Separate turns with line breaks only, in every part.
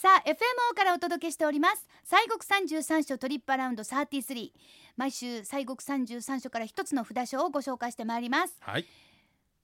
さあ FMO からお届けしております西国三十三所トリップアラウンド33毎週西国三十三所から一つの札所をご紹介してまいります
はい。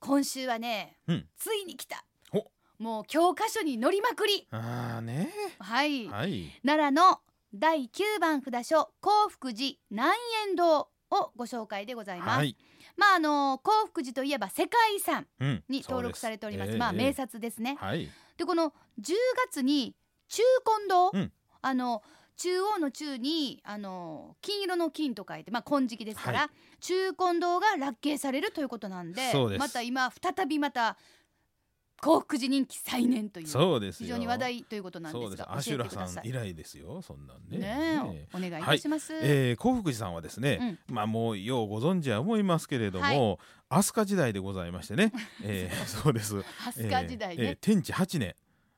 今週はね、
うん
ついに来た
お
もう教科書に乗りまくり
ああね。
はい、
はい。
奈良の第9番札所幸福寺南円堂をご紹介でございます、
はい。
まああの幸福寺といえば世界遺産
うん。
に
そう
登
で
録されております
ええ
まあ
ええ
名作ですね、
はい。
でこの10月に中金堂、
うん
あの中央の中にあの金色の金と書いてまあ金色ですから、
は
中金堂が落慶されるということなんで
そうです
また今再びまた幸福寺人気再燃という
そうです
非
よ。
常に話題ということなんですが
ア
教
シュ
えて
ラ
くだ
さ
さ
ん
い。
以来ですよ。そんなん
ね
ね。
え
ね
お願いいたします。
えー、幸福寺さんはですね、まあもうようご存知は思いますけれども、飛鳥時代でございましてね、えー、そうです。
飛鳥時代
えーえー
ね、
天智八年。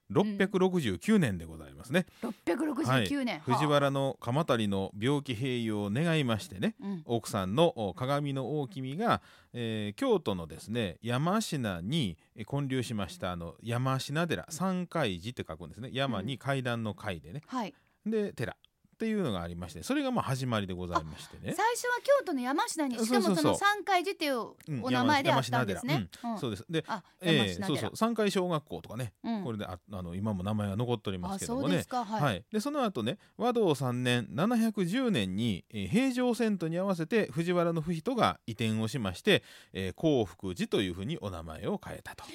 669年でございますね、
669年、はあ
藤原の鎌足の病気併用を願いましてね
うん
奥さんのお鏡の大君が、えー京都のですね山科にえー建立しましたあの山科寺三階寺って書くんですね山に階段の階でね、
はい、
で寺っていうのがありましてそれがまあ始まりでございまして
最
ね
初。は京都の山科にしか
そ
も
うそ
そう
そ
の
う
三階寺というお名前であったんですね。うん
そうですで、
あ、山
えー
科
そうそ
寺
う。三階小学校とかね、
うん
これでああの今も名前が残っておりま
あ、
すけど
そ
も
うで
ね
す。か。はい。
はい、でその後ね和道3年710年に、えー平城遷都に合わせて藤原の不人が移転をしまして、えー幸福寺というふうにお名前を変えたと。
あ、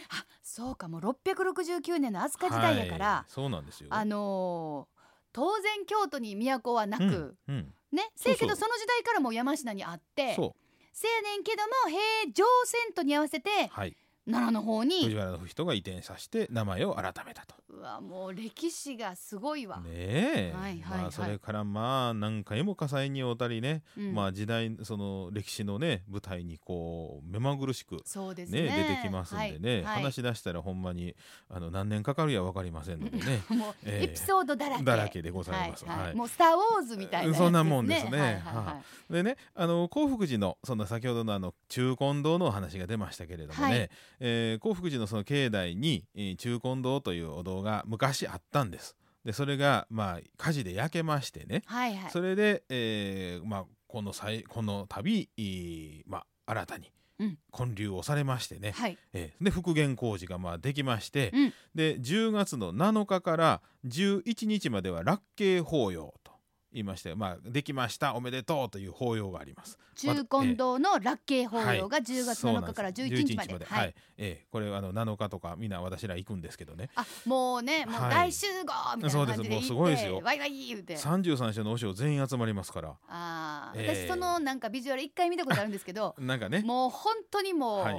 そうか。もう669年の飛鳥時代やから、
はいそうなんですよ。
あのー当然京都に都はなく、
うんうん
ね。せ
そうそう
やけどその時代からもう山科にあって、
そ
せやねんけども平城遷都に合わせて
う、はい、
奈良の方
藤
に、
原の不人が移転させて名前を改めたと。
うわもう歴史がすごいわ。
ねえ、
はいはい
ま
は
あ、
い
それからまあ何回も火災におたりね、
うん
まあ、時代その歴史のね舞台にこう目まぐるしく
そうですね
ね出てきますんでね、
はいはい
話し出したらほんまにあの何年かかるや分かりませんのでね
もう
ええ
エピソードだ らけ,、
だらけでございます
はいはい
はい
もうスターウォーズみたいなやつ
そんなもんですね
はいはいはい
はでねあの興福寺のその先ほどのあの中金堂のお話が出ましたけれども
は
ね、
い
えー興福寺のその境内に、えー中金堂というお堂が昔あったんです。でそれがまあ火事で焼けましてね、
はいはい。
それで、えーまあ、この際この度、えーまあ、新たに
うん
建立をされましてね、
はい。
えーで復元工事がまあできまして、
うん
で10月の7日から11日までは落慶法要と言いまして、まあ、できましたおめでとうという法要があります。
中金堂のラッケー法要が
はい
10月
そうな
7
ん
日
です
から11日まで。
11はいえーこれあの7日とかみんな私ら行くんですけどね
あ、もうね、もう
はい
大集合みたいな感じで行って、
そうですもうすごいですよ
ワイワイ言うて。
33所のお師匠全員集まりますから
ああ、
え
私
え、
そのなんかビジュアル一回見たことあるんですけど
なんかね
もう本当にもう、
はい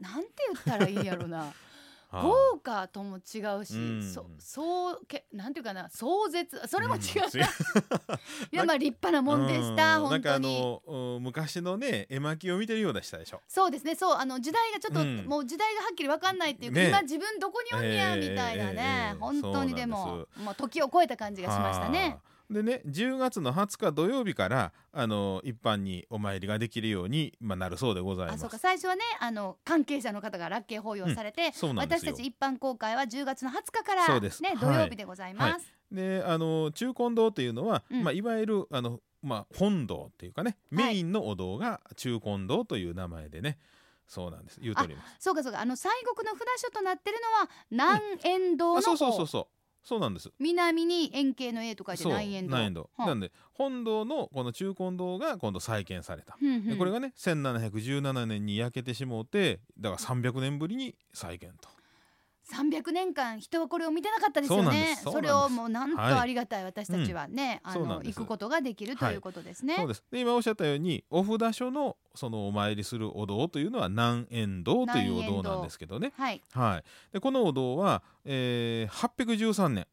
ななんて言ったらいいんやろう な
はい
豪華とも違うし、
うん
そそうけなんていうかな壮絶それも違う、
うん
いやまあ立派なもんでした
うん
本
なんか
当
あ
に
のうん昔のね絵巻を見てるようでしたでしょ。
そうですねそうあの時代がちょっと、
うん
もう時代がはっきり分かんないっていうか、
ね
今自分どこにおんねや
ええ
みたいなね、
ええ
本当にで
そうなん
も
で
もう時を超えた感じがしましたね
は。あ。でね10月の20日土曜日からあの一般にお参りができるように、まあ、なるそうでござい
あ
ます。
そうか最初はねあの関係者の方がラッキー法要されて、
そうなんで
私
すよ
たち一般公開は10月の20日から、
そ
ね
うです、
土曜日でございます。
であの中金堂というのは、
うん
まあ、いわゆるあの、まあ、本堂っていうかね
はい
メインのお堂が中金堂という名前でねそうなんです言うとおります。
そうかそうかあの西国の札所となってるのは南円堂
あ
の方、
そうそうそうそうそうなんです。
南に円形の円と書いて
そう
南円堂。
南円堂
はあ
なんで本堂のこの中金堂が今度再建された。
ふんふん
でこれがね1717年に焼けてしもうてだから300年ぶりに再建と。
300年間人はこれを見てなかったですよ
そうなんで
ね
す
そ
そうなんで
れ
す
をもうなん
はい
とありがたい、私たちはね、あ
そうな
の
んで
行
す
くことができるということですね、
そうですで今おっしゃったようにお札所のそのお参りするお堂というのは南円堂というお堂なんですけどね、
はい
はい、でこのお堂は、えー813年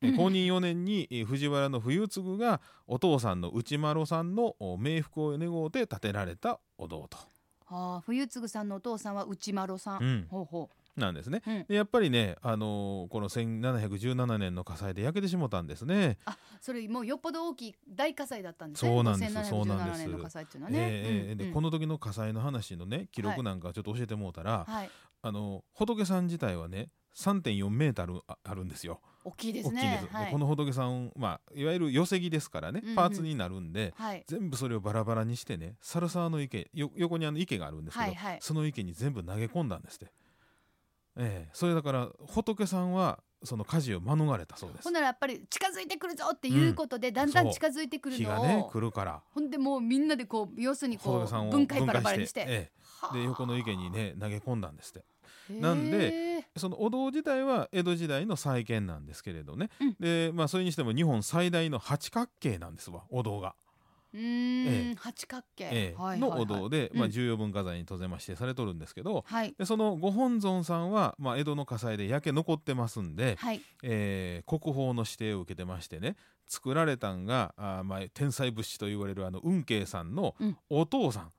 えー
うん
公認4年にえー藤原の冬次がお父さんの内丸さんのお冥福を願うて建てられたお堂と、
ああ冬次さんのお父さんは内丸さん、
うん
ほうほ
なんですね。
う、うん、
でやっぱりね、あのーこの1717年の火災で焼けてしもたんですね。
あそれもうよっぽど大きい大火災だったんですね
そうなんですそうなん
1717
です
年の火災っていうのはね、
えー
うん
で
うん
この時の火災の話のね記
はい
録なんかちょっと教えてもうたら、
はい
あの仏さん自体はね3.4メートルああるんですよ。
大きいで
大
す
きいんで
ね
す。
は
で
い
この仏さん、まあいわゆる寄席ですからね
うんうん、
パーツになるんで、
はい
全部それをバラバラにしてね、猿沢の池よ横にあの池があるんですけ
は
ど
い、はい
その池に全部投げ込んだんですって。ええ、それだから仏さんはその火事を免れたそうです
ほん。ならやっぱり近づいてくるぞっていうことで、だんだん
そう
近づいてくる
火
の
が
を、
ね来るから
ほんでもうみんなでこう要するにこ
仏さん
う
を
分
分
解バラバラ
解
に
し
して
て、え
は
え
あ
で横の池にね投げ込んだんですって。
へえ
なんでそのお堂自体は江戸時代の再建なんですけれどね、
うん
でまあ、それにしても日本最大の八角形なんですわお堂が、
うー
え
ん八角形、
ええ
はいはい
の
はい
お堂で、ま
う
あ、
ん
重要文化財にとぜましてされとるんですけど、
はい
でそのご本尊さんは、まあ、江戸の火災で焼け残ってますんで、
はい
えー国宝の指定を受けてましてね作られたんがあー、まあ、天才仏師と言われるあの運慶さんの
うん
お父さん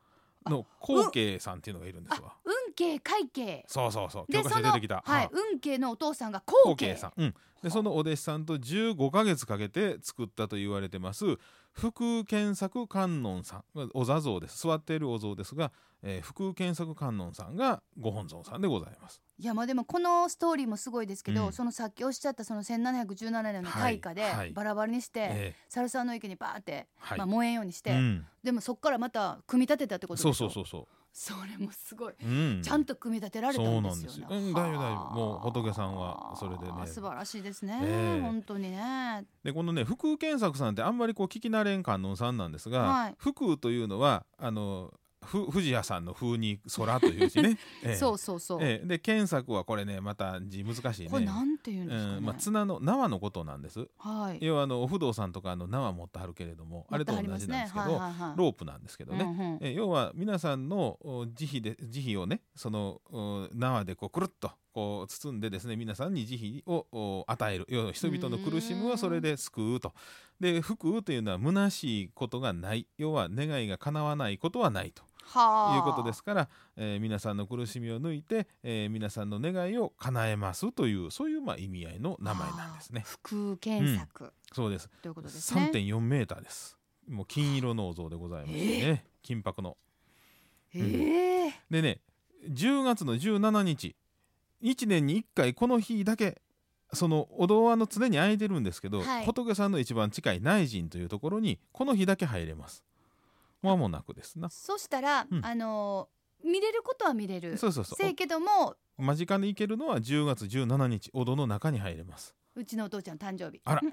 の後慶さんっていうのがいるんですわ。
運慶会慶
そうそうそう
で
教科書
そ
に
の
出てきた。
は
はいい
運慶のお父さんが後
後
慶
継さん、うん、でそのお弟子さんと15ヶ月かけて作ったと言われてます福健作観音さんお座像です座っているお像ですが、えー、福健作観音さんがご本尊さんでございます。
いやまあでもこのストーリーもすごいですけど、
うん
そのさっきおっしゃったその1717年の大火で
はいはい
バラバラにして、
え
猿沢の池にバーって、
はい
まあ、燃えんようにして、
ーうん、
でもそっからまた組み立てたってことでし
そ
ょ
うそうそうそ
それもすごい、
う、うん、
ちゃんと組み立てられた
そうんな
で
ん
す
で
よ
す
ね
ようん大丈夫大丈夫
はあ
もう仏さんはそれでね
素晴らしいですね、
ええ
本当にね
でこのね福健作さんってあんまりこう聞き慣れん観音さんなんですが、
はい
福というのはあのふ藤谷さんの風に空という字ね、 ええ
そうそうそう、
ええ、で検索はこれねまた字難しいね
これなんて言うんですかね、
うんまあ、綱の縄のことなんです
はい
要はあのお不動産とかあの縄持ってはるけれどもあれと同じなんですけど
はいはいはい
ロープなんですけどね、
うんうん
え要は皆さんのお慈悲で慈悲をねそのお縄でこうくるっとこう包んでですね皆さんに慈悲をお与える要は人々の苦しむはそれで救うとで福うというのは虚しいことがない要は願いが叶わないことはないと
はあ
いうことですから、えー皆さんの苦しみを抜いて、えー皆さんの願いを叶えますというそういうまあ意味合いの名前なんですね
はあ。福検索、
そうです。
ということですね
三点四メーターです。もう金色のお像でございましてね、金箔の。
ええ
でね、10月の17日、1年に1回この日だけ。そのお堂はあの常に空いてるんですけど、
はい
仏さんの一番近い内陣というところにこの日だけ入れます。まもなくですな。
そしたら、
うん
あの見れることは見れる
そうそうそう
せやけども
間近で行けるのは10月17日お堂の中に入れます。
うちのお父ちゃん誕生日
あら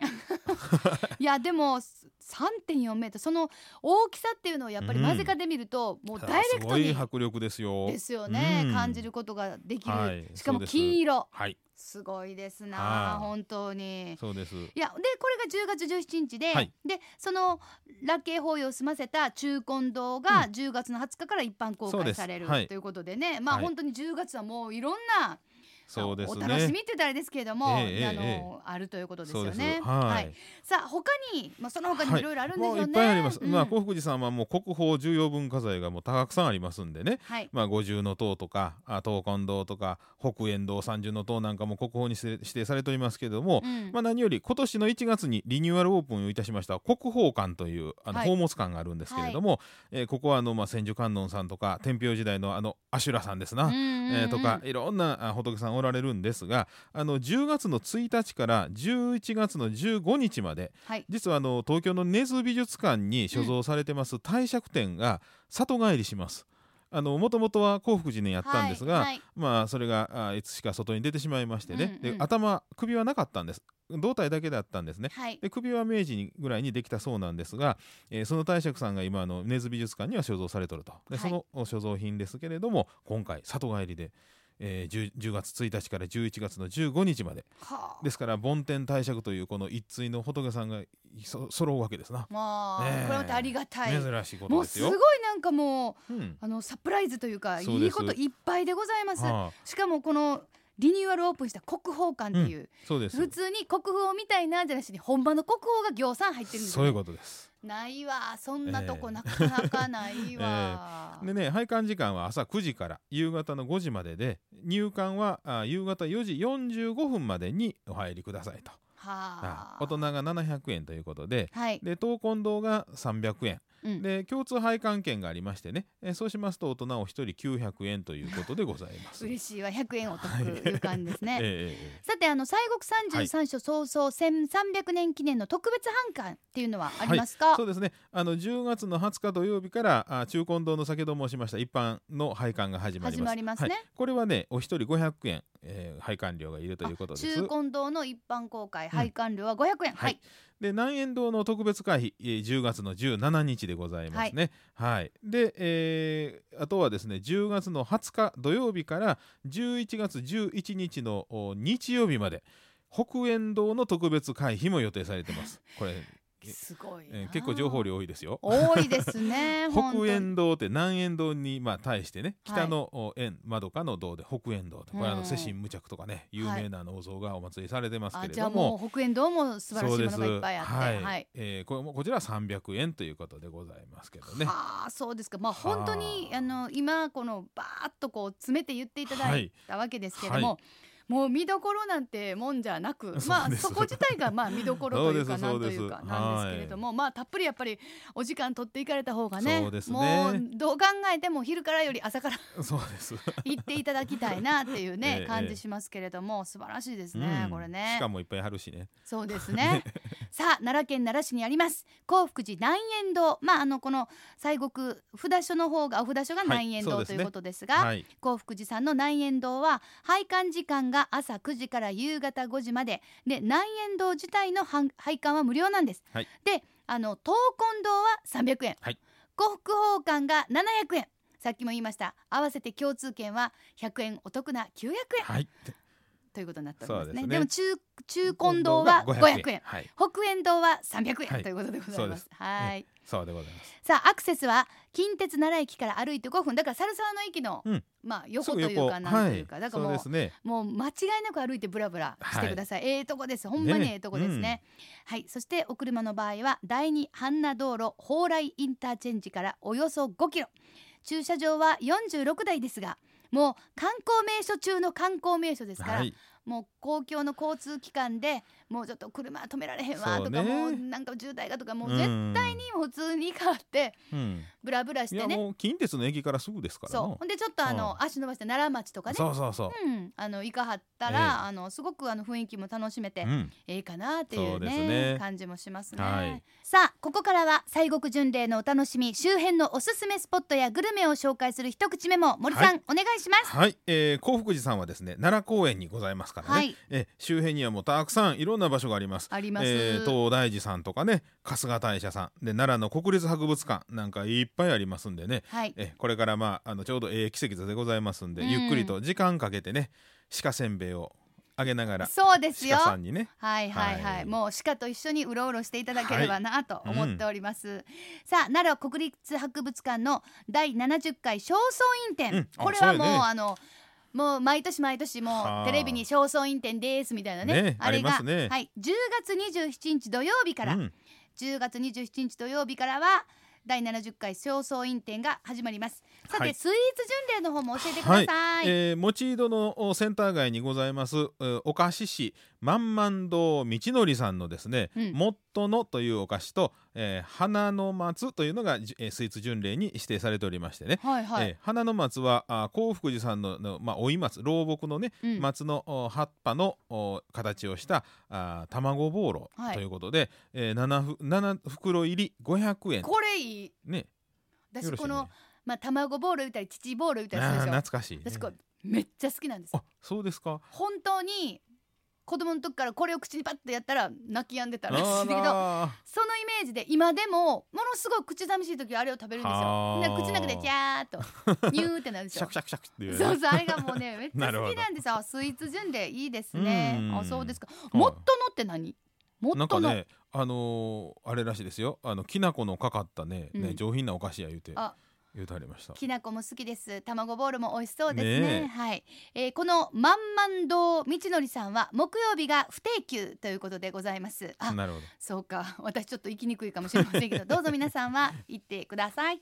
いやでも3.4メートルその大きさっていうのをやっぱり
うん
間近で見ると、もうダイレクト
す
に
ごい迫力ですよ。
ですよね、
うん
感じることができる、
はい
しかも
そうです
金色
はい、
すごいですな、
はい
本当に
そうです。
いやでこれが10月17日で、
はい
でそのラッキー法要を済ませた中金堂が10月の20日から一般公
そう
開
です
される、
はい
ということでね、まあ
はい
本当に10月はもういろんな
そうですね。
お楽しみって言ったらあれですけれども、
ええええ
あの
え
あるということです
そう
よ
です。
ね。
はい。
さあ他に、まあ、その他にも
はい
いろいろあるんです
も
よね。
ういっぱいあります。
うん
まあ、幸福寺さんはもう国宝重要文化財がもうたくさんありますんでね。
はい、
まあ、五重の塔とか、あ、東根堂とか、北円堂、三重の塔なんかも国宝にせ指定されておりますけれども。
うん
まあ、何より今年の1月にリニューアルオープンをいたしました国宝館というあの
はい
宝物館があるんですけれども、えーここはあの、まあ、千手観音さんとか天平時代のあの阿修羅さんですな、
うんうんうん
えーとかいろんなあ仏さんおられるんですがあの10月の1日から11月の15日まで
はい、
実はあの東京の根津美術館に所蔵されてます帝釈天が里帰りします。あのもともとは興福寺にやったんですが、
はいはい
まあそれがあいつしか外に出てしまいましてね、
うんうん
で頭首はなかったんです胴体だけだったんですね
はい
で首は明治にぐらいにできたそうなんですが、えーその帝釈さんが今あの根津美術館には所蔵されとるとで
は
そ
い
の所蔵品ですけれども今回里帰りで、えー 10, 10月1日から11月の15日まで
はあ
ですから梵天帝釈というこの一対の仏さんがそ揃うわけですな、
まあ、
ねえ
これまたありがたい。
珍しいこと
もう
ですす
ご
よ
い。なんかもう
うん
あのサプライズというか
そう
い
で
い
す
こといっぱいでございます。
はあ
しかもこのリニューアルオープンした国宝館っていう、
そうです
普通に国宝みたいなじゃなしに本場の国宝がぎょうさん入ってるんです
そういうことです。
ないわそんなとこなかなかないわ、
でね拝観時間は朝9時から夕方の5時までで入館はあ夕方4時45分までにお入りくださいと
はあ
あ大人が700円ということで
はい
で闘魂堂が300円
うん
で共通配管券がありましてねえーそうしますと大人お一人900円ということでございます。
嬉しいわ100円お得いう感じです
え
ね、
ええ
さてあの西国33所早々1300年記念の特別販管っていうのはありますか、
えそうですねあの10月の20日土曜日からあ中根堂の先ほど申しました一般の配管が始まります
始まりますね
はいこれはねお一人500円、えー配管料がいるということです
中根堂の一般公開配管料は500円、はい、
で南円堂の特別会費えー10月の17日でございますね。はい、で、えーあとはですね10月の20日土曜日から11月11日のお日曜日まで北円堂の特別会費も予定され てます。これ、い
すごいな、
えー結構情報量多いですよ。
多いです ね本当
北
に
円堂って南円堂にまあ対してね
はい
北のお円窓かの堂で北円堂とこれあ
うん
の世神無着とかね有名なあのお像がお祭りされてますけ
あ
れ
じゃあ
ども。
もう北円堂も素晴らしいものがいっぱいあって
そうです
は
はいい、えーこれもこちらは300円ということでございますけどね。
はあそうですかまあ本当に
はあ
あの今このバーッとこう詰めて言っていただいたわけですけれども、
は
もう見どころなんてもんじゃなく
そう
まあ
です
そこ自体がまあ見どころというかな
そ
ん
う
と
です
いうか
そうです
なんですけれども、まあたっぷりやっぱりお時間取っていかれた方がね
そうですね
もうどう考えても昼からより朝から
そうです。
行っていただきたいなっていうね、
ええ
感じしますけれども素晴らしいですね、
うん
これね
しかもいっぱいあるしね。
そうです ね。さあ奈良県奈良市にあります幸福寺南円堂まああのこの西国札所の方がお札所が南円堂、
はい
と
そ
いう
ですね
うことですが、
はい。
幸福寺さんの南円堂は拝観時間が朝9時から夕方5時までで南円堂自体の拝拝観は無料なんです。
はい
であの東根堂は300円、
はい
呉服宝館が700円さっきも言いました合わせて共通券は100円お得な900円
はい。
ということになっておりますね。
そうで
です
ね
も中中根堂は500円
はい。
北円堂は300円、
はい
ということでございます。はい
えそうでございます。
さあアクセスは近鉄奈良駅から歩いて5分だから猿沢の駅の、
うん
まあ横というかなんというか、だから
そう
もう
ですね。
もう間違いなく歩いてブラブラしてください、ええとこですほんまにええとこですね
ね
はいそしてお車の場合は第二阪奈道路蓬莱インターチェンジからおよそ5キロ駐車場は46台ですがもう観光名所中の観光名所ですから、
はい。
もう公共の交通機関でもうちょっと車止められへんわと
そ
か
うね
もうなんか渋滞がとかもう絶対に普通に変わって
うん。うん
ブラブラし
い
て
や
ね
もう近鉄の駅からすぐですから
そう
の
ほんでちょっとあの、
うん
足伸ばして奈良町とかね
そうそうそう。
うん、あの行かはったら、
ええ
あのすごくあの雰囲気も楽しめて、
うん。
ええかなっていう
そう
ね
ですね
感じもしますね、
はい
さあここからは西国巡礼のお楽しみ周辺のおすすめスポットやグルメを紹介する一口メモ森さん、
は
お願いします
はい、えー、興福寺さんはですね奈良公園にございますからね、
はい
え周辺にはもうたくさんいろんな場所があります
あります、
えー東大寺さんとかね春日大社さんで奈良の国立博物館なんかいっぱいありますんでね
はい
えこれからまああのちょうどええ季節でございますんで、
うん
ゆっくりと時間かけてね鹿せんべいをあげながら
そうですよ
鹿さんにね
はいはいはい、
はい
もう鹿と一緒にうろうろしていただければなと思っております、さあ奈良国立博物館の第70回正倉院展、
うんあ
これはもう
そうやね
あのもう毎年毎年も
は
う
あ
テレビに正倉院展ですみたいなね
ね
あれが
ありますね
はい、10月27日土曜日から、
うん
10月27日土曜日からは第70回正倉院展が始まりますさて、
はい
スイーツ巡礼の方も教えてください、
えー、持ち戸のおセンター街にございますえーお菓子師万々堂道則さんのですね
うん
「もっとの」というお菓子と「えー花の松」というのが、じゅえースイーツ巡礼に指定されておりましてね、
はいはい、
えー花の松はあー興福寺さんのの、まあ、おい松老木のね
うん
松のお葉っぱのお形をしたあー卵ボーロ
はい
ということで、えー、7, ふ7袋入り500円
これいい
ね
私
よろしい
こ
ね
の、まあ、卵ボール言ったり乳ボール言ったりす
あ
るでし
ー
ょ
懐かしい、ね、
私これめっちゃ好きなんです
あそうですか
本当に子供の時からこれを口にパッとやったら泣き止んでたらしいんだけど
あ
そのイメージで今でもものすごい口寂しい時はあれを食べるんですよ
は
で
あ
口の中でジャーっ とニューってなるん
ら
です
シャ
よ
クシャクシャクっていう、ね、
そうそうあれがもう ねめっちゃ
なるほ
好
ど
きなんですよあスイーツ順でいいですね
うん
あそうですか
うん
もっとのって何も
な
っ
ん
と
か
の、
ねあのーあれらしいですよあのきな粉のかかったね,、
う
ね
ん
上品なお菓子や言うて
あ
言うてありました
きなこも好きです卵ボールも美味しそうですね
ねえ
はい、えー、このまんまん堂道のさんは木曜日が不定休ということでございますあ
なるほど
そうか私ちょっと行きにくいかもしれませんけどどうぞ皆さんは行ってください